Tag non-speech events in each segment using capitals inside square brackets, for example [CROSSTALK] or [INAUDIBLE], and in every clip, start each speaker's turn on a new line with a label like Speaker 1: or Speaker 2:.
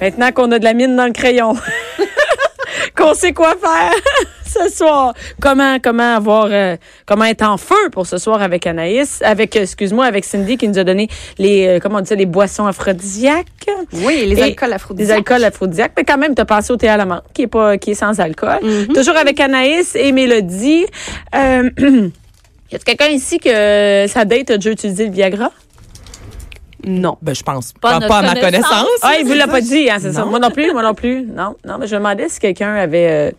Speaker 1: Maintenant qu'on a de la mine dans le crayon, [LAUGHS] qu'on sait quoi faire [LAUGHS] ce soir, comment comment avoir euh, comment être en feu pour ce soir avec Anaïs, avec euh, excuse-moi avec Cindy qui nous a donné les euh, comment on dit ça, les boissons aphrodisiaques,
Speaker 2: Oui, les
Speaker 1: Et
Speaker 2: alcools aphrodisiaques.
Speaker 1: les alcools aphrodisiaques, mais quand même t'as passé au thé à la menthe qui est pas qui est sans alcool. Toujours avec Anaïs et Mélodie. Euh, [CLEARS THROAT] y a quelqu'un ici que euh, sa date a déjà utilisé le Viagra?
Speaker 2: Non.
Speaker 3: Ben, je pense
Speaker 4: Pas
Speaker 3: pas,
Speaker 4: à notre
Speaker 3: pas à ma connaissance.
Speaker 4: connaissance.
Speaker 1: Ah, il vous l'a pas dit, hein, c'est ça.
Speaker 3: Non.
Speaker 1: Moi non plus, moi non plus. Non, non, mais je me demandais si quelqu'un avait. euh,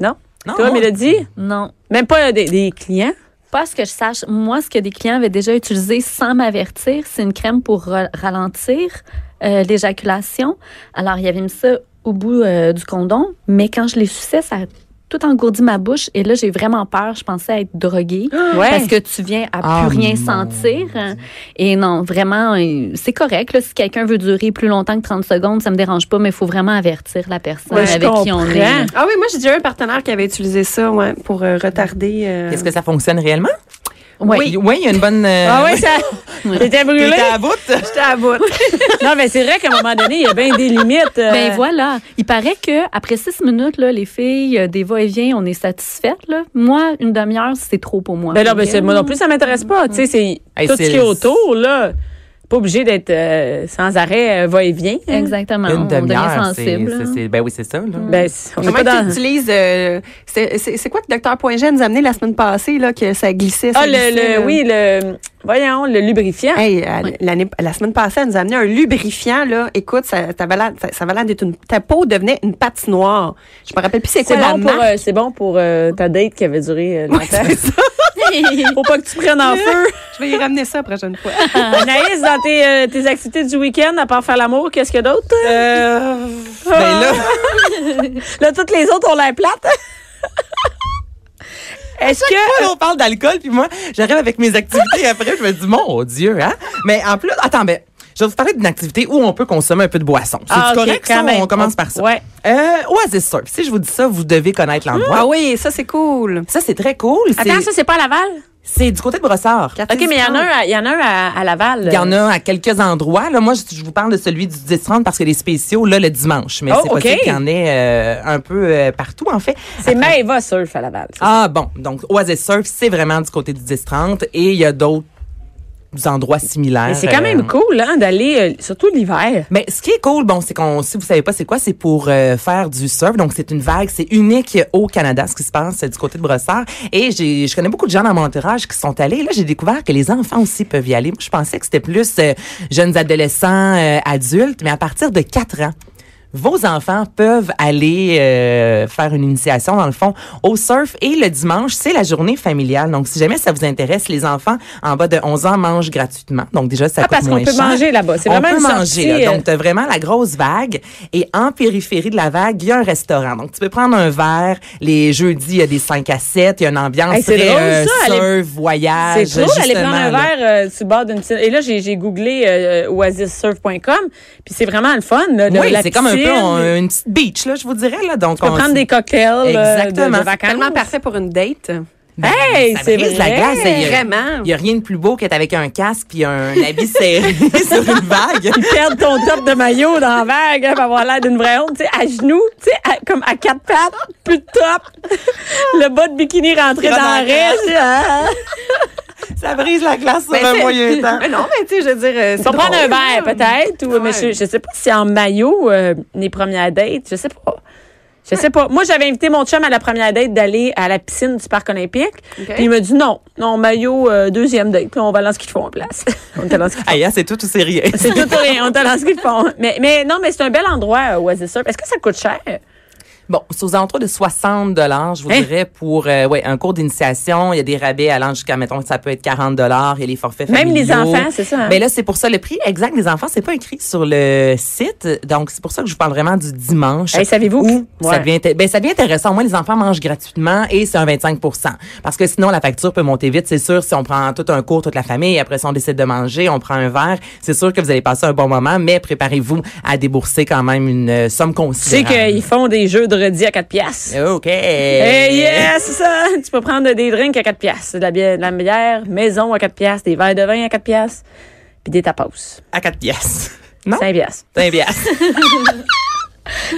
Speaker 1: Non.
Speaker 3: Non,
Speaker 1: Toi,
Speaker 3: moi-
Speaker 1: Mélodie?
Speaker 4: Non.
Speaker 1: Même pas euh, des, des clients.
Speaker 4: Pas à ce que je sache. Moi, ce que des clients avaient déjà utilisé sans m'avertir, c'est une crème pour ra- ralentir euh, l'éjaculation. Alors, il y avait mis ça au bout euh, du condom, mais quand je les suçais, ça a tout engourdi ma bouche. Et là, j'ai vraiment peur. Je pensais être droguée.
Speaker 1: Ouais.
Speaker 4: Parce que tu viens à
Speaker 3: Ah,
Speaker 1: Oh
Speaker 4: plus rien
Speaker 3: mon
Speaker 4: sentir. Et non, vraiment, euh, c'est correct. là. si quelqu'un veut durer plus longtemps que 30 secondes, ça me dérange pas, mais il faut vraiment avertir la personne
Speaker 1: Ouais, je
Speaker 4: avec qui on est. là.
Speaker 1: comprends.
Speaker 2: Ah oui, moi, j'ai déjà un partenaire qui avait utilisé ça ouais, pour euh, retarder. euh,
Speaker 3: Est-ce que ça fonctionne réellement?
Speaker 4: Ouais.
Speaker 3: Oui, il y a une bonne. euh,
Speaker 1: Ah oui, ça. T'étais brûlé.
Speaker 3: T'es à la voûte?
Speaker 2: J'étais à bout.
Speaker 1: Non, mais c'est vrai qu'à un moment donné, il y a bien des limites. euh,
Speaker 4: Ben voilà, il paraît que après six minutes là, les filles, euh, des va-et-vient, on est satisfaites là. Moi, une demi-heure, c'est trop pour moi.
Speaker 1: Ben non, ben c'est- moi non plus, ça m'intéresse pas. Tu sais, c'est
Speaker 3: Hey,
Speaker 1: tout ce
Speaker 3: c'est-
Speaker 1: qui est autour, là. Pas obligé d'être euh, sans arrêt euh, va-et-vient. hein.
Speaker 4: Exactement.
Speaker 3: Une
Speaker 4: on devient
Speaker 3: demi-heure, c'est-
Speaker 4: sensible.
Speaker 3: c'est-
Speaker 4: là.
Speaker 3: c'est- Ben oui, c'est ça. là.
Speaker 1: Ben, c'est- on est
Speaker 2: Comment
Speaker 1: pas
Speaker 2: tu
Speaker 1: dans.
Speaker 2: utilises. euh, c'est- c'est c'est quoi que Dr. Poingé nous a amené la semaine passée, là, que ça glissait? ça
Speaker 1: Ah, le,
Speaker 2: glissait, là?
Speaker 1: le, oui, le. Voyons, le lubrifiant.
Speaker 2: Hey, à- l'année- la semaine passée, elle nous a amené un lubrifiant, là. Écoute, ça, t'avais l'air- ça, ça avait l'air d'être une. Ta peau devenait une patinoire. Je me rappelle plus c'est quoi
Speaker 1: C'est
Speaker 2: la
Speaker 1: bon, pour,
Speaker 2: marque.
Speaker 1: euh, c'est bon pour euh, ta date qui avait duré euh, longtemps.
Speaker 2: Ouais, c'est ça.
Speaker 1: [LAUGHS] Faut pas que tu prennes en feu.
Speaker 2: [LAUGHS] Je vais y ramener ça la prochaine
Speaker 1: [LAUGHS]
Speaker 2: fois.
Speaker 1: Anaïs, dans tes, euh, tes activités du week-end, à part faire l'amour, qu'est-ce qu'il y a d'autre?
Speaker 3: Ben là,
Speaker 1: Là, toutes les autres ont l'air plates. Est-ce que.
Speaker 3: [LAUGHS] là, on parle d'alcool, puis moi, j'arrive avec mes activités après, je me dis, mon Dieu, hein? Mais en plus, attends, ben, je vais vous parler d'une activité où on peut consommer un peu de boisson. C'est
Speaker 1: Ah, ok,
Speaker 3: correct,
Speaker 1: quand
Speaker 3: ça?
Speaker 1: même.
Speaker 3: On commence par ça.
Speaker 1: Ouais.
Speaker 3: Euh, Oasis Surf. Si je vous dis ça, vous devez connaître l'endroit.
Speaker 2: Ah oui, ça, c'est cool.
Speaker 3: Ça, c'est très cool. C'est-
Speaker 1: Attends, ça, c'est pas à Laval?
Speaker 3: C'est du côté de Brossard.
Speaker 1: OK, mais il y en a un, à- il y en a un à, à Laval. euh,
Speaker 3: Il y en a à quelques endroits. Là, moi, je, je vous parle de celui du 10-30 parce que les spéciaux, là, le dimanche. Mais
Speaker 1: Oh,
Speaker 3: c'est
Speaker 1: ok.
Speaker 3: possible qu'il y en ait euh, un peu euh, partout, en fait.
Speaker 1: C'est Maeva Surf à Laval. ça.
Speaker 3: Ah bon, donc Oasis Surf, c'est vraiment du côté du 10-30 et il y a d'autres endroits similaires.
Speaker 1: Mais c'est quand
Speaker 3: euh,
Speaker 1: même cool, hein, d'aller, euh, surtout l'hiver.
Speaker 3: Mais ce qui est cool, bon, c'est qu'on, si vous savez pas c'est quoi, c'est pour euh, faire du surf. Donc c'est une vague, c'est unique au Canada, ce qui se passe euh, du côté de Brossard. Et j'ai, je connais beaucoup de gens dans mon entourage qui sont allés. Là, j'ai découvert que les enfants aussi peuvent y aller. Moi, je pensais que c'était plus euh, jeunes adolescents, euh, adultes, mais à partir de 4 ans. Vos enfants peuvent aller euh, faire une initiation dans le fond au surf et le dimanche, c'est la journée familiale. Donc si jamais ça vous intéresse, les enfants en bas de 11 ans mangent gratuitement. Donc déjà ça
Speaker 1: Ah,
Speaker 3: coûte
Speaker 1: parce qu'on
Speaker 3: moins
Speaker 1: peut
Speaker 3: cher.
Speaker 1: manger là-bas. C'est
Speaker 3: On
Speaker 1: vraiment
Speaker 3: peut
Speaker 1: une
Speaker 3: manger,
Speaker 1: sortie,
Speaker 3: là.
Speaker 1: euh,
Speaker 3: Donc, tu as vraiment la grosse vague. Et en périphérie de la vague, il y a un restaurant. Donc, tu peux prendre un verre. Les jeudis, il y a des 5 à 7. Il y a une ambiance
Speaker 1: Hey, c'est
Speaker 3: très
Speaker 1: drôle,
Speaker 3: euh,
Speaker 1: ça,
Speaker 3: surf,
Speaker 1: aller-
Speaker 3: voyage.
Speaker 1: C'est trop d'aller prendre un
Speaker 3: justement, là.
Speaker 1: verre euh, sur le bord d'une piscine. Et là, j'ai j'ai googlé euh, oasissurf.com, puis c'est vraiment le fun. Là, de-
Speaker 3: Oui,
Speaker 1: la
Speaker 3: c'est comme un peu
Speaker 1: piscine.
Speaker 3: on- euh, une petite beach, là, je vous dirais. Là. Donc,
Speaker 1: Tu peux
Speaker 3: on-
Speaker 1: prendre des cocktails euh, de- de,
Speaker 3: Exactement.
Speaker 1: vacances.
Speaker 2: Tellement parfait pour une date.
Speaker 1: Hey,
Speaker 3: ça
Speaker 1: c'est
Speaker 3: brise la
Speaker 1: vrai.
Speaker 3: glace. Il y a-
Speaker 2: Vraiment.
Speaker 3: Il n'y a rien de plus beau qu'être avec un casque
Speaker 1: [LAUGHS]
Speaker 3: puis un habit serré [LAUGHS] sur une vague.
Speaker 1: Perdre ton top de maillot dans la vague, hein, pour avoir l'air d'une vraie honte, tu sais, à genoux, tu sais, à- comme à quatre pattes, plus de top, [LAUGHS] le bas de bikini rentré dans la règle. hein.
Speaker 3: Ça brise la glace sur
Speaker 2: Ben,
Speaker 3: un
Speaker 2: c'est-
Speaker 3: moyen [LAUGHS] temps.
Speaker 2: Mais [LAUGHS] non, mais tu sais, je veux dire. euh,
Speaker 1: Tu
Speaker 2: c'est
Speaker 1: peux prendre
Speaker 2: drôle,
Speaker 1: un verre,
Speaker 2: là.
Speaker 1: peut-être, ou, mais je,
Speaker 2: Ouais.
Speaker 1: je sais pas si en maillot, euh, les premières dates, je sais pas. Je sais pas. Moi, j'avais invité mon chum à la première date d'aller à la piscine du Parc olympique.
Speaker 2: OK.
Speaker 1: Puis il m'a dit non, non, maillot, euh, deuxième date. Puis on va dans ce qu'ils font en place. [LAUGHS] on était dans ce qu'ils font.
Speaker 3: Aïe, hein, c'est tout ou
Speaker 1: [LAUGHS]
Speaker 3: c'est rien.
Speaker 1: C'est tout ou rien. On était dans ce qu'ils font. Mais, mais non, mais c'est un bel endroit, euh, Oasis Surf. Est-ce que ça coûte cher?
Speaker 3: Bon, c'est aux alentours de 60 je vous
Speaker 1: Hein?
Speaker 3: dirais, pour euh, ouais, un cours d'initiation. Il y a des rabais allant jusqu'à, mettons, ça peut être 40 il y a les forfaits
Speaker 1: Même les
Speaker 3: familiaux.
Speaker 1: enfants, c'est ça, hein?
Speaker 3: Mais là, c'est pour ça, le prix exact des enfants, c'est pas écrit sur le site. Donc, c'est pour ça que je vous parle vraiment du dimanche.
Speaker 1: Hey, savez-vous
Speaker 3: Où
Speaker 1: que-
Speaker 3: ça,
Speaker 1: Ouais.
Speaker 3: devient, inté- ben, ça devient intéressant. Au moins, les enfants mangent gratuitement et c'est un 25 Parce que sinon, la facture peut monter vite. C'est sûr, si on prend tout un cours, toute la famille, après, si on décide de manger, on prend un verre, c'est sûr que vous allez passer un bon moment, mais préparez-vous à débourser quand même une euh, somme
Speaker 1: Tu sais
Speaker 3: considérable.
Speaker 1: qu'ils font des jeux de redis à 4 piastres.
Speaker 3: OK. Eh,
Speaker 1: Hey, yes, ça! [LAUGHS] Tu peux prendre des drinks à 4 piastres, de la bière, de la bière maison à 4 piastres, des verres de vin à 4 piastres, puis des tapas.
Speaker 3: À 4 pièces. Non?
Speaker 1: 5 piastres.
Speaker 3: Cinq piastres.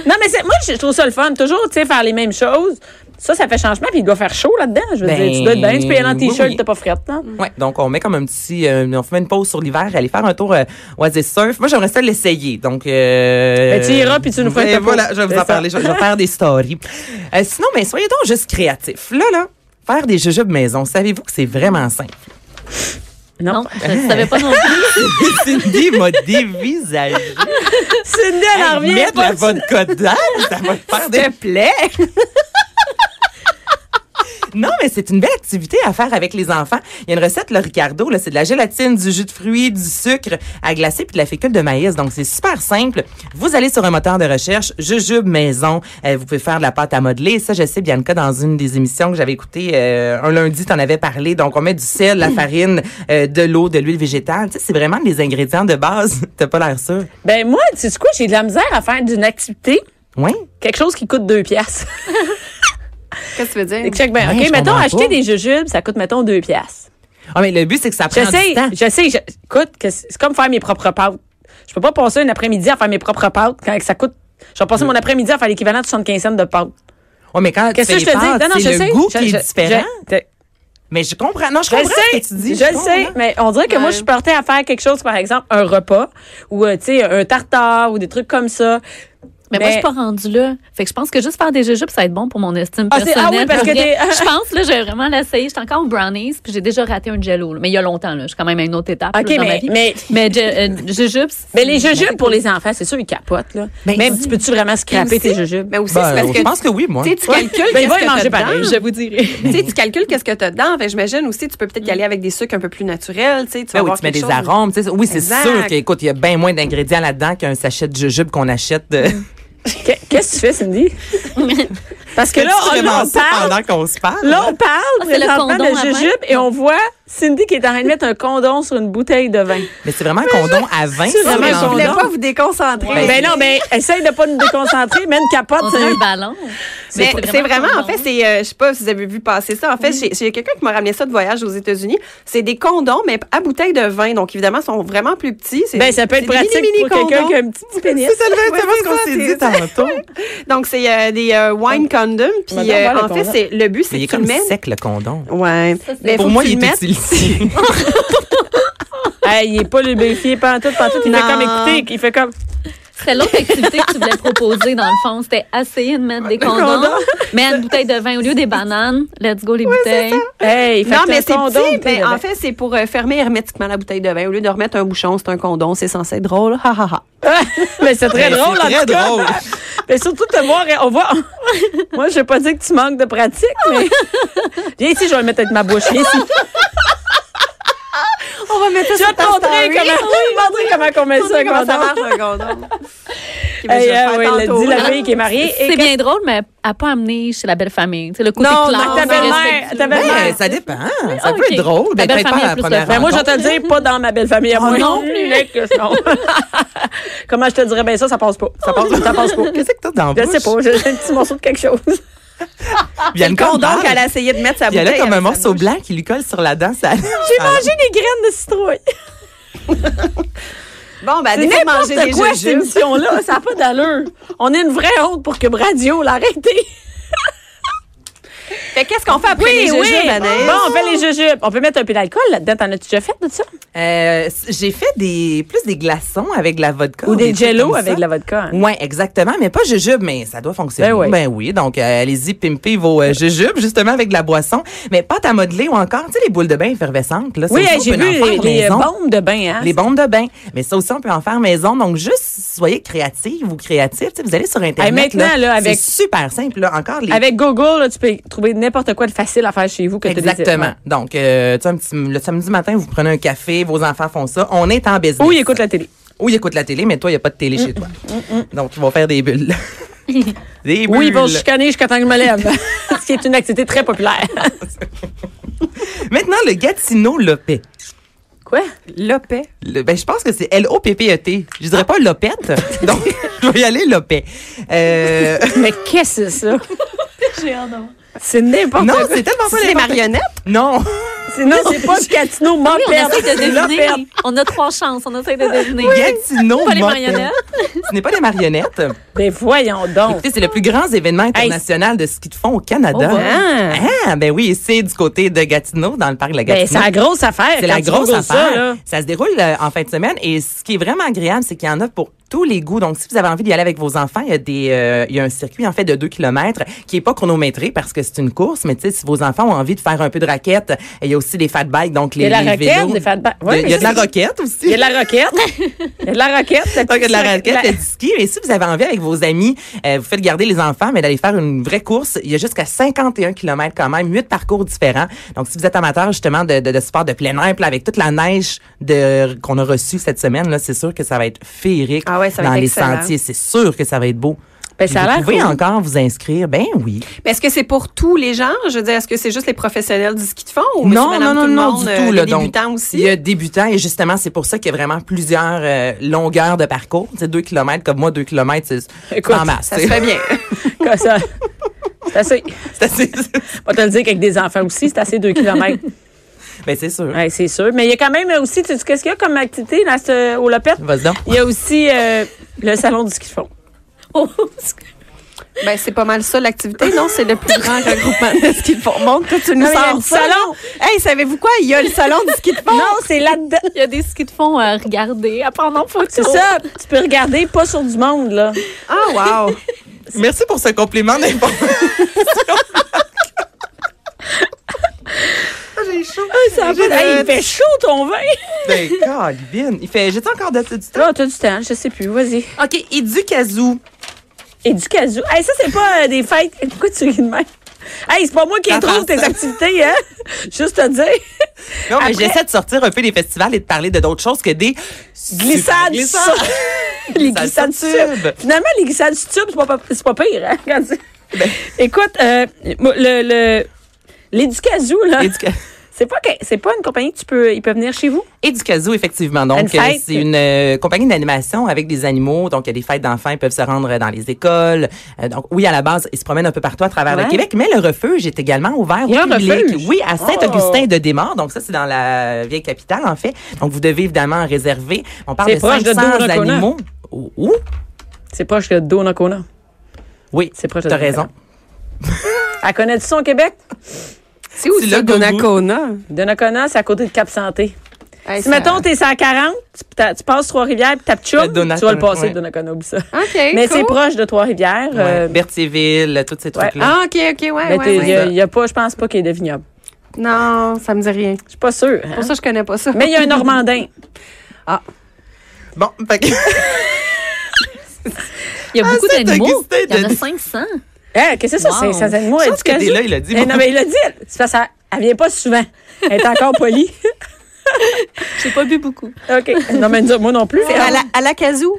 Speaker 1: Non, mais c'est- moi, je trouve ça le fun. Toujours, tu sais, faire les mêmes choses. Ça, ça fait changement, puis il doit faire chaud là-dedans. Je veux
Speaker 3: Ben,
Speaker 1: dire, tu dois être bien, tu peux y aller en
Speaker 3: oui,
Speaker 1: t-shirt,
Speaker 3: Ben oui.
Speaker 1: t'es pas frette, hein. non?
Speaker 3: Ouais, donc on met comme un petit, euh, on fait une pause sur l'hiver, aller faire un tour euh, Oasis Surf. Moi, j'aimerais ça l'essayer. Donc, euh,
Speaker 1: Ben, tu iras, puis tu nous feras une
Speaker 3: ben,
Speaker 1: pause.
Speaker 3: Voilà, je vais vous
Speaker 1: C'est
Speaker 3: en
Speaker 1: ça.
Speaker 3: parler. Je, je vais faire
Speaker 1: [LAUGHS]
Speaker 3: des stories. Euh, sinon, mais soyez donc juste créatifs. Là, là, faire des jujubes maison, savez-vous que c'est
Speaker 1: [LAUGHS]
Speaker 3: vraiment simple?
Speaker 1: Non.
Speaker 4: Non, je ne savais pas non plus.
Speaker 3: Cindy m'a dévisagé.
Speaker 1: C'est une elle en revient
Speaker 3: Mettre
Speaker 1: pas.
Speaker 3: la vodka dedans, ça va te faire des...
Speaker 2: S'il te plaît.
Speaker 3: Non, mais c'est une belle activité à faire avec les enfants. Il y a une recette, le Ricardo, là, c'est de la gélatine, du jus de fruits, du sucre à glacer puis de la fécule de maïs. Donc, c'est super simple. Vous allez sur un moteur de recherche, Jujube Maison. Euh, vous pouvez faire de la pâte à modeler. Ça, je sais, Bianca, dans une des émissions que j'avais écoutées euh, un lundi, t'en avais parlé. Donc, on met du sel,
Speaker 1: Mm.
Speaker 3: la farine, euh, de l'eau, de l'huile végétale. Tu sais, c'est vraiment des ingrédients de base. [LAUGHS] T'as pas l'air sûr?
Speaker 1: Ben, moi, tu sais quoi, j'ai de la misère à faire d'une activité
Speaker 3: Oui?
Speaker 1: quelque chose qui coûte 2 piastres. [LAUGHS]
Speaker 2: Qu'est-ce que tu veux dire?
Speaker 1: Check bien.
Speaker 3: Ouais,
Speaker 1: OK,
Speaker 3: Ben, je
Speaker 1: mettons,
Speaker 3: comprends
Speaker 1: acheter
Speaker 3: pas.
Speaker 1: des jujubes, ça coûte, mettons, 2 piastres.
Speaker 3: Ah, mais le but, c'est que ça prend du
Speaker 1: J'essaie,
Speaker 3: temps.
Speaker 1: j'essaie. je- Écoute, que c'est c'est comme faire mes propres pâtes. Je peux pas passer un après-midi à faire mes propres pâtes quand ça coûte. Je vais passer mon après-midi à faire l'équivalent de 75 cents de pâtes.
Speaker 3: Ouais, mais quand tu
Speaker 1: Qu'est-ce que
Speaker 3: fais les
Speaker 1: je te dis?
Speaker 3: pâtes, c'est le goût qui
Speaker 1: Je-
Speaker 3: est
Speaker 1: je-
Speaker 3: différent.
Speaker 1: je-
Speaker 3: Mais je comprends. Non, je
Speaker 1: Je
Speaker 3: comprends
Speaker 1: sais,
Speaker 3: ce que tu dis.
Speaker 1: je le sais,
Speaker 3: comprends.
Speaker 1: mais on dirait que moi,
Speaker 2: Ouais.
Speaker 1: je partais à faire quelque chose, par exemple, un repas ou, euh, tu sais, un tartare ou des trucs comme ça.
Speaker 4: Mais, moi, je suis pas rendue là. Fait que je pense que juste faire des jujubes, ça va être bon pour mon estime
Speaker 1: Ah, c'est-
Speaker 4: personnelle.
Speaker 1: ah oui, parce que
Speaker 4: rien.
Speaker 1: t'es-
Speaker 4: je pense, là, j'ai vraiment l'essayé. J'étais encore au brownies, puis j'ai déjà raté un jello. là. Mais il y a longtemps, là. Je suis quand même à une autre étape
Speaker 1: OK,
Speaker 4: là, dans ma
Speaker 1: mais,
Speaker 4: vie.
Speaker 1: mais,
Speaker 4: Mais je- euh, jujubes...
Speaker 1: mais les jujubes pour les enfants, c'est sûr, ils capotent, là.
Speaker 3: Ben,
Speaker 1: Même,
Speaker 3: si.
Speaker 1: tu peux-tu vraiment scraper
Speaker 2: Aussi,
Speaker 1: tes jujubes?
Speaker 2: Mais aussi,
Speaker 3: Ben,
Speaker 2: c'est parce
Speaker 3: je
Speaker 2: que tu-
Speaker 3: pense que oui, moi.
Speaker 2: tu sais, tu calcules
Speaker 1: Ben, il va
Speaker 2: qu'est-ce
Speaker 1: y
Speaker 2: que
Speaker 1: manger
Speaker 2: t'as
Speaker 1: pareil,
Speaker 2: dedans.
Speaker 1: je vous dirai.
Speaker 2: Tu sais, tu calcules qu'est-ce que tu as dedans. Fait que j'imagine aussi, tu peux peut-être y aller avec des sucres un peu plus naturels. Tu sais, tu vas
Speaker 3: Ben oui,
Speaker 2: avoir
Speaker 3: tu mets
Speaker 2: quelque
Speaker 3: des
Speaker 2: chose-
Speaker 3: arômes. tu sais, Oui, c'est
Speaker 2: Exact.
Speaker 3: sûr qu'écoute, il y a bien moins d'ingrédients là-dedans qu'un sachet de jujube qu'on achète. De...
Speaker 1: Qu'est- Qu'est-ce que tu fais, Cindy?
Speaker 3: [LAUGHS]
Speaker 1: Parce que là,
Speaker 3: Fais-tu
Speaker 1: on,
Speaker 3: vraiment
Speaker 1: là, on
Speaker 3: ça
Speaker 1: parle.
Speaker 3: pendant qu'on se parle.
Speaker 1: Là, on parle
Speaker 2: Ah,
Speaker 4: c'est le
Speaker 1: présentement
Speaker 4: condom
Speaker 1: de
Speaker 4: à vin?
Speaker 1: jujube et on voit Cindy qui est en train de mettre un condom sur une bouteille de vin.
Speaker 3: Mais c'est vraiment un condom à 20.
Speaker 1: C'est
Speaker 2: Non,
Speaker 1: vraiment
Speaker 2: mais
Speaker 1: un
Speaker 2: je voulais
Speaker 1: condom.
Speaker 2: pas vous déconcentrer.
Speaker 1: Ben, non, ben, essaye de pas nous déconcentrer, mets une capote.
Speaker 4: On
Speaker 1: c'est
Speaker 4: a
Speaker 1: un-
Speaker 4: un ballon.
Speaker 2: Mais
Speaker 4: pas
Speaker 2: c'est vraiment,
Speaker 4: un
Speaker 2: en fait,
Speaker 4: condom.
Speaker 2: c'est, euh, je sais pas si vous avez vu passer ça. En fait, j'ai- j'ai quelqu'un qui m'a ramené ça de voyage aux États-Unis. C'est des condoms, mais à bouteille de vin. Donc, évidemment, ils sont vraiment plus petits. C'est-
Speaker 1: Ben, ça peut
Speaker 2: c'est
Speaker 1: être
Speaker 2: des
Speaker 1: pratique
Speaker 2: mini-mini
Speaker 1: pour quelqu'un
Speaker 2: condoms.
Speaker 1: qui a un petit, petit pénis.
Speaker 3: C'est tellement
Speaker 2: Ouais,
Speaker 3: tellement
Speaker 2: c'est
Speaker 3: ce qu'on
Speaker 2: ça,
Speaker 3: s'est
Speaker 2: c'est
Speaker 3: dit
Speaker 2: ça.
Speaker 3: tantôt.
Speaker 2: Donc, c'est euh, des euh, wine condoms. Puis,
Speaker 1: Madame,
Speaker 2: euh,
Speaker 1: voilà le
Speaker 2: en fait,
Speaker 1: condom.
Speaker 2: c'est, le but, c'est
Speaker 3: Mais il est
Speaker 2: que tu
Speaker 3: comme
Speaker 2: le mets.
Speaker 3: sec, le condom.
Speaker 2: Ouais.
Speaker 4: Ça, c'est-
Speaker 2: Mais
Speaker 3: Pour
Speaker 2: faut
Speaker 3: moi,
Speaker 2: que tu
Speaker 3: il
Speaker 2: le
Speaker 3: est
Speaker 2: mettes.
Speaker 3: utilisé.
Speaker 1: Hey, il est pas lubrifié, pas en tout, pas en tout. Il fait
Speaker 2: Non.
Speaker 1: comme écouter, il fait comme.
Speaker 4: C'était l'autre activité que tu voulais proposer, dans le fond. C'était essayer de mettre des condoms,
Speaker 1: condoms.
Speaker 4: mettre une bouteille de vin au lieu des bananes. Let's go, les bouteilles.
Speaker 1: Hey, il fait
Speaker 2: Non,
Speaker 1: que
Speaker 2: mais
Speaker 1: un
Speaker 2: c'est
Speaker 1: condom,
Speaker 2: petit,
Speaker 1: tu sais,
Speaker 2: mais
Speaker 1: le
Speaker 2: en
Speaker 1: vin.
Speaker 2: fait, c'est pour euh, fermer hermétiquement la bouteille de vin. Au lieu de remettre un bouchon, c'est un condom. C'est censé être drôle. Ha, ha, ha.
Speaker 1: [LAUGHS] mais c'est très
Speaker 3: Mais
Speaker 1: drôle,
Speaker 3: c'est
Speaker 1: en
Speaker 3: très
Speaker 1: tout cas.
Speaker 3: drôle.
Speaker 1: Mais surtout te voir, on voit.
Speaker 2: [LAUGHS]
Speaker 1: Moi, je vais pas dire que tu manques de pratique, mais. Viens ici, je vais le mettre avec ma bouche. Viens ici.
Speaker 2: On va mettre ça
Speaker 1: Je vais te montrer comment, je vais te montrer comment on met ça, un
Speaker 2: comment ça
Speaker 1: condom.
Speaker 2: marche,
Speaker 1: [LAUGHS]
Speaker 2: un condom. Ok, ben, je
Speaker 1: Hey,
Speaker 2: vais le
Speaker 1: euh,
Speaker 2: faire
Speaker 1: ouais, elle a
Speaker 2: tantôt.
Speaker 1: dit la fille qui est mariée. et que-
Speaker 4: C'est bien drôle, mais à pas amener chez la belle famille. C'est le côté
Speaker 2: Non,
Speaker 4: classe,
Speaker 2: non,
Speaker 1: ta
Speaker 2: non,
Speaker 1: belle-mère, ta
Speaker 3: Ben,
Speaker 1: belle-mère.
Speaker 3: ça dépend. Ça
Speaker 4: Ah,
Speaker 3: peut
Speaker 4: ok.
Speaker 3: être drôle.
Speaker 4: Ta
Speaker 3: Ben, peut-être pas
Speaker 4: belle-famille
Speaker 3: à
Speaker 4: a
Speaker 3: la
Speaker 4: plus le
Speaker 3: première
Speaker 4: fun.
Speaker 1: Ben, moi, je vais
Speaker 3: rencontre. [LAUGHS]
Speaker 1: te le dire, pas dans ma belle-famille. à
Speaker 2: Oh,
Speaker 1: moi [LAUGHS]
Speaker 4: non plus.
Speaker 1: Mec, je- non. [LAUGHS] Comment je te dirais? Ben, ça, ça passe pas. Ça passe, ça passe pas.
Speaker 3: Qu'est-ce que t'as dans la
Speaker 1: Je sais
Speaker 3: bouche?
Speaker 1: pas, j'ai j'ai un petit morceau de quelque chose.
Speaker 3: Il y a une
Speaker 2: Condom
Speaker 3: condom
Speaker 2: qu'elle a essayé de mettre sa
Speaker 3: Il y a
Speaker 2: bouteille.
Speaker 3: là comme un
Speaker 2: avec sa
Speaker 3: morceau
Speaker 2: bouche.
Speaker 3: blanc qui lui colle sur la dent. ça-
Speaker 1: J'ai
Speaker 3: [LAUGHS] ça-
Speaker 1: mangé des graines de citrouille.
Speaker 2: Bon, ben,
Speaker 1: C'est
Speaker 2: des fois, manger des
Speaker 1: n'importe quoi, cette
Speaker 2: jujubes.
Speaker 1: émission-là. Ça n'a pas d'allure. On est une vraie honte pour que Radio l'arrête.
Speaker 2: Fait qu'est-ce qu'on fait après les jujubes, Anaïs?
Speaker 1: Bon, on fait les jujubes. On peut mettre un peu d'alcool là-dedans. T'en as-tu déjà fait de ça?
Speaker 2: Oh,
Speaker 3: Euh, c- j'ai fait des plus des glaçons avec de la vodka
Speaker 1: Ou des
Speaker 3: trucs
Speaker 1: jello
Speaker 3: comme
Speaker 1: avec
Speaker 3: ça.
Speaker 1: de la vodka. hein?
Speaker 3: Ouais, exactement, mais pas jujube, mais ça doit fonctionner.
Speaker 1: Ben
Speaker 3: Ben
Speaker 1: oui.
Speaker 3: oui, donc euh, allez-y pimper vos euh, jujubes justement avec de la boisson, mais pâte à modeler ou encore, tu sais les boules de bain effervescentes là, ça
Speaker 1: Oui,
Speaker 3: aussi,
Speaker 1: hey,
Speaker 3: on
Speaker 1: j'ai
Speaker 3: peut en
Speaker 1: vu
Speaker 3: faire
Speaker 1: les, les
Speaker 3: maison.
Speaker 1: bombes de bain. Hein?
Speaker 3: Les bombes de bain, mais ça aussi on peut en faire maison. Donc juste soyez créatifs ou créatifs. Tu sais, vous allez sur internet
Speaker 1: Hey, maintenant, là, avec-
Speaker 3: c'est super simple là. Encore les
Speaker 1: Avec Google, là, tu peux trouver n'importe quoi de facile à faire chez vous que t'as des-
Speaker 3: Exactement.
Speaker 1: Ouais.
Speaker 3: Donc, euh, tu sais, un petit- le samedi matin, vous prenez un café, vos enfants font ça. On est en business.
Speaker 1: Ou ils écoutent la télé. Mm,
Speaker 3: Ou ils écoutent la télé, mais toi, il n'y a pas de télé chez toi. Donc, ils vont faire
Speaker 1: [LAUGHS]
Speaker 3: des bulles. des bulles.
Speaker 1: Oui, ils vont se chicaner jusqu'à temps que je me lève. [LAUGHS] Ce qui est une activité très populaire.
Speaker 3: Maintenant, le Gatineau Lopet.
Speaker 1: Quoi?
Speaker 2: Lopet.
Speaker 3: Le- ben, je pense que c'est L-O-P-P-E-T. E Je dirais pas
Speaker 1: [LAUGHS]
Speaker 3: Lopette. donc, [LAUGHS] je vais y aller Lopet. Euh,
Speaker 1: Mais qu'est-ce que c'est ça?
Speaker 4: J'ai hâte d'avoir.
Speaker 1: C'est n'importe
Speaker 3: non,
Speaker 1: quoi.
Speaker 3: c'est tellement pas
Speaker 2: C'est des
Speaker 3: n'importe-
Speaker 2: marionnettes?
Speaker 3: Non.
Speaker 1: Sinon, c'est pas Catino m'en
Speaker 4: Oui, on
Speaker 1: perdre.
Speaker 4: essaie
Speaker 1: c'est
Speaker 4: de
Speaker 1: la perte.
Speaker 4: deviner. On a trois chances. On essaie de deviner.
Speaker 3: Gatineau,
Speaker 4: Pas les
Speaker 3: Montréal.
Speaker 4: marionnettes.
Speaker 3: Ce n'est pas des marionnettes.
Speaker 1: Ben voyons donc.
Speaker 3: Écoutez, c'est le plus grand événement international de ski de fond au Canada.
Speaker 4: Oh, wow.
Speaker 3: ah. ben oui, c'est du côté de Gatineau, dans le parc de la
Speaker 1: Ben,
Speaker 3: Gatineau.
Speaker 1: c'est la grosse affaire.
Speaker 3: C'est
Speaker 1: quand
Speaker 3: la
Speaker 1: tu
Speaker 3: grosse
Speaker 1: googles ça,
Speaker 3: affaire.
Speaker 1: là.
Speaker 3: Ça, se déroule euh, en fin de semaine et ce qui est vraiment agréable, c'est qu'il y en a pour tous les goûts. Donc, si vous avez envie d'y aller avec vos enfants, il y a des, euh, il y a un circuit en fait de 2 km qui est pas chronométré parce que c'est une course, mais tu sais, si vos enfants ont envie de faire un peu de raquette, il y a aussi des fat bikes, donc
Speaker 1: Il y
Speaker 3: les,
Speaker 1: a de
Speaker 3: les
Speaker 1: la
Speaker 3: vélos.
Speaker 1: raquette, des fat bikes.
Speaker 3: De- Il y a de la roquette aussi.
Speaker 1: Il y a de la roquette. Il y a de la roquette. la
Speaker 3: Pas que de la
Speaker 1: petite-
Speaker 3: raquette, le ski. Mais si vous avez envie avec vos amis, euh, vous faites garder les enfants, mais d'aller faire une vraie course, il y a jusqu'à 51 km quand même, huit parcours différents. Donc, si vous êtes amateur justement de, de, de sport de plein air, puis là, avec toute la neige de qu'on a reçue cette semaine, là, c'est sûr que ça va être féerique
Speaker 2: Ah ouais, ça va
Speaker 3: dans
Speaker 2: être
Speaker 3: les
Speaker 2: excellent.
Speaker 3: sentiers. C'est sûr que ça va être beau.
Speaker 1: Ben, ça a
Speaker 3: Puis
Speaker 1: l'air
Speaker 3: vous pouvez
Speaker 1: cool.
Speaker 3: encore vous inscrire. Ben oui.
Speaker 2: Mais est-ce que c'est pour tous les gens? Je veux dire, est-ce que c'est juste les professionnels du ski de fond ou monsieur,
Speaker 3: Non, non,
Speaker 2: madame,
Speaker 3: non,
Speaker 2: tout le
Speaker 3: non,
Speaker 2: monde,
Speaker 3: du
Speaker 2: euh, les
Speaker 3: tout. là, donc,
Speaker 2: débutants aussi?
Speaker 3: Il y a débutants et justement, c'est pour ça qu'il y a vraiment plusieurs euh, longueurs de parcours. C'est deux kilomètres, comme moi, deux kilomètres, c'est c'est
Speaker 1: Écoute,
Speaker 3: en masse.
Speaker 2: Ça se
Speaker 3: tu sais.
Speaker 2: fait
Speaker 3: [LAUGHS]
Speaker 2: bien.
Speaker 1: [LAUGHS] Comme ça. C'est assez.
Speaker 3: C'est assez-
Speaker 1: On va te le dire qu'avec des enfants aussi, c'est assez 2 km.
Speaker 3: [LAUGHS] ben, c'est sûr.
Speaker 1: Oui, c'est sûr. Mais il y a quand même aussi, tu sais, qu'est-ce qu'il y a comme activité dans ce, au Lopette?
Speaker 3: Vas-y donc.
Speaker 1: Il y a aussi euh, le salon du ski de fond.
Speaker 4: Oh,
Speaker 2: Ben, c'est pas mal ça, l'activité. Non, c'est le plus grand regroupement de ski de fond. Montre que tu nous
Speaker 1: Ah, mais il y a
Speaker 2: sors
Speaker 1: le
Speaker 2: ça,
Speaker 1: salon.
Speaker 2: là. Hey, savez-vous quoi? Il y a le salon du ski de fond.
Speaker 1: Non, c'est là-dedans.
Speaker 4: Il y a des skis de fond à regarder, à prendre en photo.
Speaker 1: C'est ça. Tu peux regarder pas sur du monde, là.
Speaker 2: Ah,
Speaker 3: [LAUGHS]
Speaker 2: wow.
Speaker 3: Merci pour ce compliment d'information.
Speaker 1: Ça
Speaker 2: fait-
Speaker 1: il fait chaud ton vin.
Speaker 3: [LAUGHS] ben, Colin. Il fait, j'ai encore de, du temps.
Speaker 1: Là, Ah, t'as du temps, je sais plus. Vas-y.
Speaker 3: OK, et du kazoo.
Speaker 1: Et du casou. Hey, ça, c'est pas euh, des fêtes. Pourquoi tu ris de même? Hey, c'est pas moi qui
Speaker 3: Ça
Speaker 1: trouve
Speaker 3: passe.
Speaker 1: tes activités, hein? [LAUGHS] Juste te dire.
Speaker 3: Non, mais
Speaker 1: Après-
Speaker 3: Ah, j'essaie de sortir un peu des festivals et de parler de d'autres choses que des
Speaker 1: Glissades.
Speaker 3: Glissades.
Speaker 1: sur- [LAUGHS] les glissades
Speaker 3: Glissades sur
Speaker 1: sur
Speaker 3: tube.
Speaker 1: tube. Finalement, les glissades sur tube, c'est pas, c'est pas pire, hein? quand tu- Écoute, euh, moi, le, le, l'éducazou, là.
Speaker 3: Et du ca-
Speaker 1: C'est pas, que- c'est pas une compagnie que tu peux. Ils peuvent venir chez vous?
Speaker 3: Et du kazoo, effectivement.
Speaker 1: Une
Speaker 3: Donc, euh,
Speaker 1: fête.
Speaker 3: c'est une euh, compagnie d'animation avec des animaux. Donc, il y a des fêtes d'enfants. Ils peuvent se rendre euh, dans les écoles. Euh, donc, oui, à la base, ils se promènent un peu partout à travers
Speaker 1: Ouais.
Speaker 3: le Québec. Mais le refuge est également ouvert
Speaker 1: Il y a
Speaker 3: au
Speaker 1: un
Speaker 3: public.
Speaker 1: refuge? Oh.
Speaker 3: Oui, à Saint-Augustin-de-Desmaures. Donc, ça, c'est dans la vieille capitale, en fait. Donc, vous devez évidemment réserver. On parle
Speaker 1: C'est
Speaker 3: de
Speaker 1: proche de
Speaker 3: 500
Speaker 1: Donnacona.
Speaker 3: animaux. Où? où?
Speaker 1: C'est proche de Donacona.
Speaker 3: Oui,
Speaker 1: C'est proche de
Speaker 3: t'as
Speaker 1: Donnacona.
Speaker 3: raison.
Speaker 1: Elle connaît-tu ça au Québec?
Speaker 2: C'est où
Speaker 3: C'est
Speaker 2: ça,
Speaker 3: le gogo.
Speaker 2: Donacona?
Speaker 1: Donacona, c'est à côté de Cap Santé.
Speaker 2: Hey,
Speaker 1: Si,
Speaker 2: ça-
Speaker 1: mettons, t'es 140, tu, t'as- tu passes Trois-Rivières, puis t'as
Speaker 3: Le
Speaker 1: Ptchoum, tu
Speaker 3: Donnacona,
Speaker 1: vas le passer,
Speaker 3: ouais.
Speaker 1: de Donnacona, oublie ça.
Speaker 2: OK,
Speaker 1: Mais
Speaker 2: cool.
Speaker 1: c'est proche de Trois-Rivières. euh,
Speaker 3: Ouais. Berthierville, tous ces trucs-là.
Speaker 2: Ah, OK, OK, ouais,
Speaker 1: mais
Speaker 2: ouais,
Speaker 1: t'es-
Speaker 2: ouais.
Speaker 1: y a- y a pas, je pense pas qu'il y ait de vignobles.
Speaker 2: Non, ça me dit rien.
Speaker 1: Je suis pas sûre. hein.
Speaker 2: Pour ça, je connais pas ça.
Speaker 1: Mais il y a un Normandin.
Speaker 3: Bon, fait que-
Speaker 4: Il y a beaucoup
Speaker 3: Ah, c'est
Speaker 4: d'animaux.
Speaker 3: Augustin
Speaker 4: Il y en a
Speaker 3: de-
Speaker 4: 500.
Speaker 1: Hein, Qu'est-ce que c'est ça?
Speaker 4: Wow.
Speaker 1: C'est- Ça, c'est moi, Eh,
Speaker 3: Je pense que dès là, il a dit,
Speaker 1: Non,
Speaker 3: bon.
Speaker 1: mais il l'a dit. C'est parce qu'elle elle vient pas souvent. Elle est encore polie.
Speaker 4: J'ai pas bu beaucoup.
Speaker 1: OK. Non, mais nous- moi non plus. hein.
Speaker 2: C'est à la, à la casou.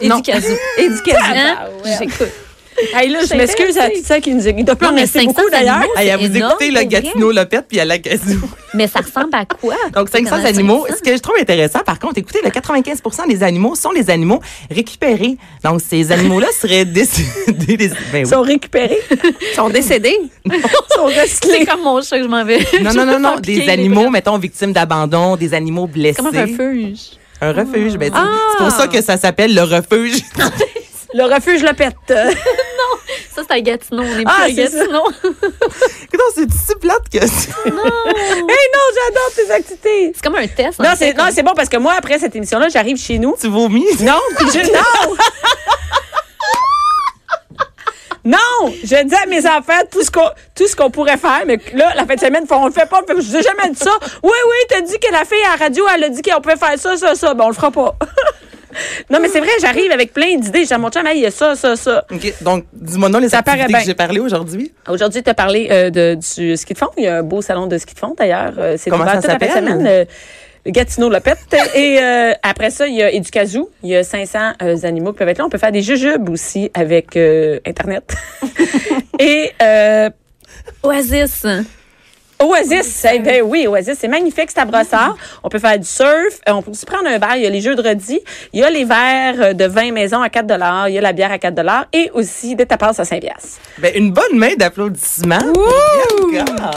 Speaker 4: Et
Speaker 3: Non.
Speaker 4: du casou.
Speaker 2: Et du casou.
Speaker 1: Ah, bah
Speaker 4: Hein? J'écoute.
Speaker 1: Hey, là, je
Speaker 4: C'est
Speaker 1: m'excuse à
Speaker 4: intéressant.
Speaker 1: tous ceux qui nous écoutent.
Speaker 4: Non,
Speaker 1: On
Speaker 4: mais
Speaker 1: en sait
Speaker 4: 500
Speaker 1: beaucoup d'ailleurs.
Speaker 4: animaux.
Speaker 3: Hey, à
Speaker 4: C'est
Speaker 3: vous
Speaker 4: énorme,
Speaker 3: écouter le
Speaker 4: pour vrai.
Speaker 3: Gatineau, Lopette, puis à la Gazou.
Speaker 4: Mais ça ressemble à quoi?
Speaker 3: Donc, 500
Speaker 4: Quand on a
Speaker 3: animaux.
Speaker 4: 500?
Speaker 3: Ce que je trouve intéressant, par contre, écoutez, le 95 des animaux sont des animaux récupérés. Donc, ces animaux-là seraient décédés. [LAUGHS] des- ben oui.
Speaker 1: Ils sont récupérés.
Speaker 2: Ils sont décédés.
Speaker 1: Ils sont
Speaker 4: C'est
Speaker 1: recyclés.
Speaker 4: comme mon chat que je m'en vais.
Speaker 3: Non,
Speaker 4: [LAUGHS] Je
Speaker 3: non, non,
Speaker 4: vais
Speaker 3: non.
Speaker 4: faire piquer
Speaker 3: Des
Speaker 4: les
Speaker 3: animaux,
Speaker 4: bras.
Speaker 3: mettons, victimes d'abandon, des animaux blessés.
Speaker 4: C'est comme un refuge.
Speaker 3: Un refuge. ben, c'est-
Speaker 2: Ah.
Speaker 3: C'est pour ça que ça s'appelle le refuge.
Speaker 1: Le refuge le pète.
Speaker 4: Ça, c'est à Gatineau. On est
Speaker 1: Ah,
Speaker 4: plus à
Speaker 1: c'est ça.
Speaker 4: Gatineau.
Speaker 3: Écoute,
Speaker 4: [LAUGHS]
Speaker 3: c'est si plate que ça.
Speaker 1: Hé non, j'adore tes activités.
Speaker 4: C'est comme un test.
Speaker 1: Non,
Speaker 4: en
Speaker 1: c'est
Speaker 4: fait,
Speaker 1: non, c'est bon parce que moi, après cette émission-là, j'arrive chez nous.
Speaker 3: Tu vomis.
Speaker 1: Non, puis je. Non! Non, je dis à mes enfants tout ce qu'on tout ce qu'on pourrait faire, mais là la fin de semaine, on le fait pas. Je vous ai jamais dit ça. Oui, oui, t'as dit que la fille à la radio, elle a dit qu'on pouvait faire ça, ça, ça. Ben on le fera pas. non, mais c'est vrai, j'arrive avec plein d'idées. J'ai mon chum, Hey, il y a ça, ça, ça.
Speaker 3: OK, Donc, dis-moi non les
Speaker 1: Ça paraît
Speaker 3: activités
Speaker 1: bien.
Speaker 3: que j'ai parlé aujourd'hui.
Speaker 1: Aujourd'hui, tu as parlé euh, de, du ski de fond. Il y a un beau salon de ski de fond, d'ailleurs. Euh, C'est
Speaker 3: Comment
Speaker 1: ouvert
Speaker 3: ça
Speaker 1: toute la fin de
Speaker 3: s'appelle?
Speaker 1: semaine. euh, Le Gatineau Lopette. [LAUGHS] Et euh, après ça, il y a Éducazou. Il y a 500 euh, animaux qui peuvent être là. On peut faire des jujubes aussi avec
Speaker 3: [LAUGHS]
Speaker 1: euh, Internet. et euh,
Speaker 4: Oasis.
Speaker 1: Oasis, eh ben oui, Oasis, c'est magnifique, c'est à Brossard. On peut faire du surf, euh, on peut aussi prendre un verre. Il y a les jeux de redis, il y a les verres euh, de vin maison à 4 il y a la bière à 4 et aussi des tapas à 5 piastres.
Speaker 3: Ben, une bonne main d'applaudissements. Bianca.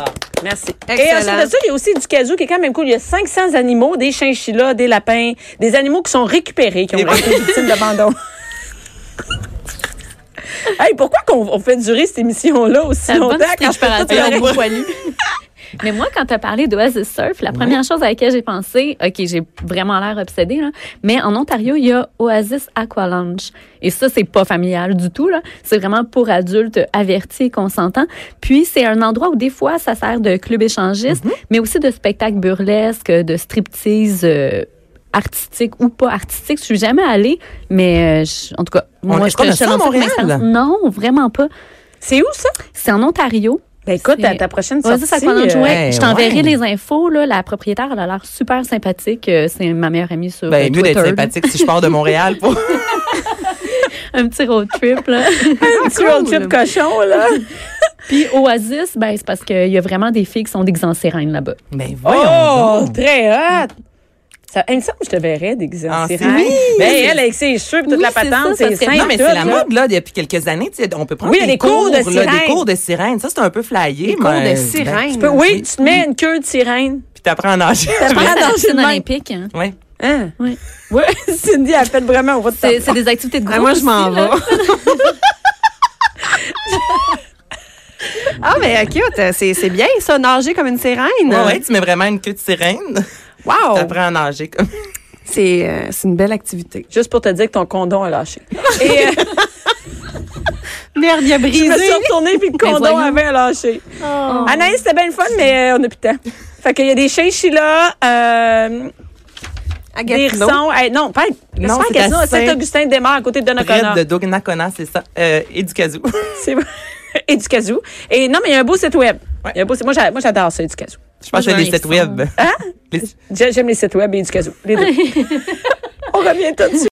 Speaker 1: Merci.
Speaker 2: Excellent.
Speaker 1: Et ensuite de ça, il y a aussi du kazoo qui est quand même cool. Il y a 500 animaux, des chinchillas, des lapins, des animaux qui sont récupérés, qui ont été victimes
Speaker 3: [LAUGHS]
Speaker 1: d'abandon. hey, pourquoi qu'on on fait durer cette émission-là aussi
Speaker 4: La bonne
Speaker 1: longtemps quand je
Speaker 4: stricte
Speaker 1: peux tout
Speaker 4: parentale.
Speaker 1: arrêter?
Speaker 4: [LAUGHS] Mais moi, quand tu as parlé d'Oasis Surf, la première chose à laquelle j'ai pensé, OK, j'ai vraiment l'air obsédée, là, mais en Ontario, il y a Oasis Aqualunch. Et ça, c'est pas familial du tout. là. C'est vraiment pour adultes avertis et consentants. Puis, c'est un endroit où des fois, ça sert de club échangiste,
Speaker 3: Mm-hmm.
Speaker 4: mais aussi de spectacle burlesque, de striptease euh, artistique ou pas artistique. Je suis jamais allée, mais euh, je- en tout cas,
Speaker 3: On-
Speaker 4: moi,
Speaker 3: est-ce qu'on a
Speaker 4: je te
Speaker 3: ça à
Speaker 4: lance cette
Speaker 3: Montréal?
Speaker 4: connaissance. Non, vraiment pas.
Speaker 1: C'est où ça?
Speaker 4: C'est en Ontario.
Speaker 1: Ben écoute,
Speaker 4: C'est-
Speaker 1: à ta prochaine sortie.
Speaker 4: Oasis Aqualunge,
Speaker 1: euh,
Speaker 4: ouais. Je t'enverrai
Speaker 3: ouais.
Speaker 4: les infos. Là. La propriétaire, elle a l'air super sympathique. Euh, C'est ma meilleure amie sur euh,
Speaker 3: Ben, mieux
Speaker 4: Twitter.
Speaker 3: d'être
Speaker 4: là.
Speaker 3: sympathique si je pars de Montréal pour.
Speaker 4: Un petit road trip. Là.
Speaker 1: Un petit road trip cochon, là.
Speaker 4: Puis Oasis, ben, c'est parce qu'il y a vraiment des filles qui sont déguisées en sirènes là-bas.
Speaker 3: Ben,
Speaker 1: Oh,
Speaker 3: voyons. donc.
Speaker 1: très hot! Ça, il me semble que je te verrais déguisée
Speaker 3: Ah,
Speaker 1: en
Speaker 3: c'est-
Speaker 1: sirène.
Speaker 3: oui,
Speaker 1: Mais
Speaker 3: c'est-
Speaker 1: elle, avec ses cheveux et toute
Speaker 4: Oui,
Speaker 1: la
Speaker 4: c'est ça,
Speaker 1: patente,
Speaker 4: ça
Speaker 1: c'est
Speaker 4: serait-
Speaker 1: simple.
Speaker 4: Non,
Speaker 3: Non, mais c'est la
Speaker 1: là.
Speaker 3: mode, là, depuis quelques années. tu sais, on peut prendre
Speaker 1: Oui,
Speaker 3: des,
Speaker 1: les cours
Speaker 3: cours,
Speaker 1: de
Speaker 3: là,
Speaker 1: sirène.
Speaker 3: des cours de sirène. Ça, c'est un peu flyé.
Speaker 2: Cours de
Speaker 3: mais-
Speaker 2: sirène.
Speaker 1: Tu peux- oui, tu te mets une queue de sirène.
Speaker 3: Puis t'apprends à nager.
Speaker 1: Ça prend
Speaker 4: Pense à la
Speaker 1: dans
Speaker 4: piscine
Speaker 1: le même.
Speaker 4: olympique. hein.
Speaker 3: [LAUGHS] Ouais.
Speaker 1: Hein?
Speaker 4: Ouais.
Speaker 1: Oui, [LAUGHS] Cindy, elle fait vraiment, on va te
Speaker 4: C'est c'est des activités de groupe.
Speaker 2: Ah, moi, je
Speaker 4: aussi,
Speaker 2: m'en vais.
Speaker 4: là.
Speaker 2: [LAUGHS] Ah, mais euh, cute, euh, c'est c'est bien ça, nager comme une sirène.
Speaker 3: Ouais, ouais, tu mets vraiment une queue de sirène.
Speaker 2: Wow!
Speaker 3: T'apprends à nager comme.
Speaker 2: C'est euh, c'est une belle activité.
Speaker 1: Juste pour te dire que ton condom a [LAUGHS] lâché. Et euh,
Speaker 2: Merde, il a
Speaker 1: je me
Speaker 2: brisé.
Speaker 1: suis retournée puis le
Speaker 4: Mais
Speaker 1: condom
Speaker 4: voyons.
Speaker 1: avait lâché. Anaïs, c'était bien le fun, mais euh, on n'a plus de temps. Fait qu'il y a des chinchillas, euh,
Speaker 2: À
Speaker 1: des
Speaker 2: Gatineau.
Speaker 1: hérissons. Hey, non, pas,
Speaker 3: Non,
Speaker 1: non, pas
Speaker 3: c'est
Speaker 1: Gatineau,
Speaker 3: à
Speaker 1: à Saint-Augustin des Mares, à côté de Donnacona.
Speaker 3: Près de Dognacona, c'est ça. Euh, et du casou.
Speaker 1: C'est vrai. [LAUGHS] Et du casou. Et non, mais il y a un beau site web.
Speaker 3: Ouais.
Speaker 1: Il y a un beau site- Moi, j'a- moi, j'adore ça, et du casou.
Speaker 3: [LAUGHS] Je pense
Speaker 4: Moi,
Speaker 3: que
Speaker 4: je
Speaker 3: les
Speaker 4: veux
Speaker 3: sites
Speaker 4: un
Speaker 3: web.
Speaker 1: Hein?
Speaker 3: Les-
Speaker 1: [LAUGHS] J'ai- J'aime les sites web et du casou. Les deux. On revient tout de suite.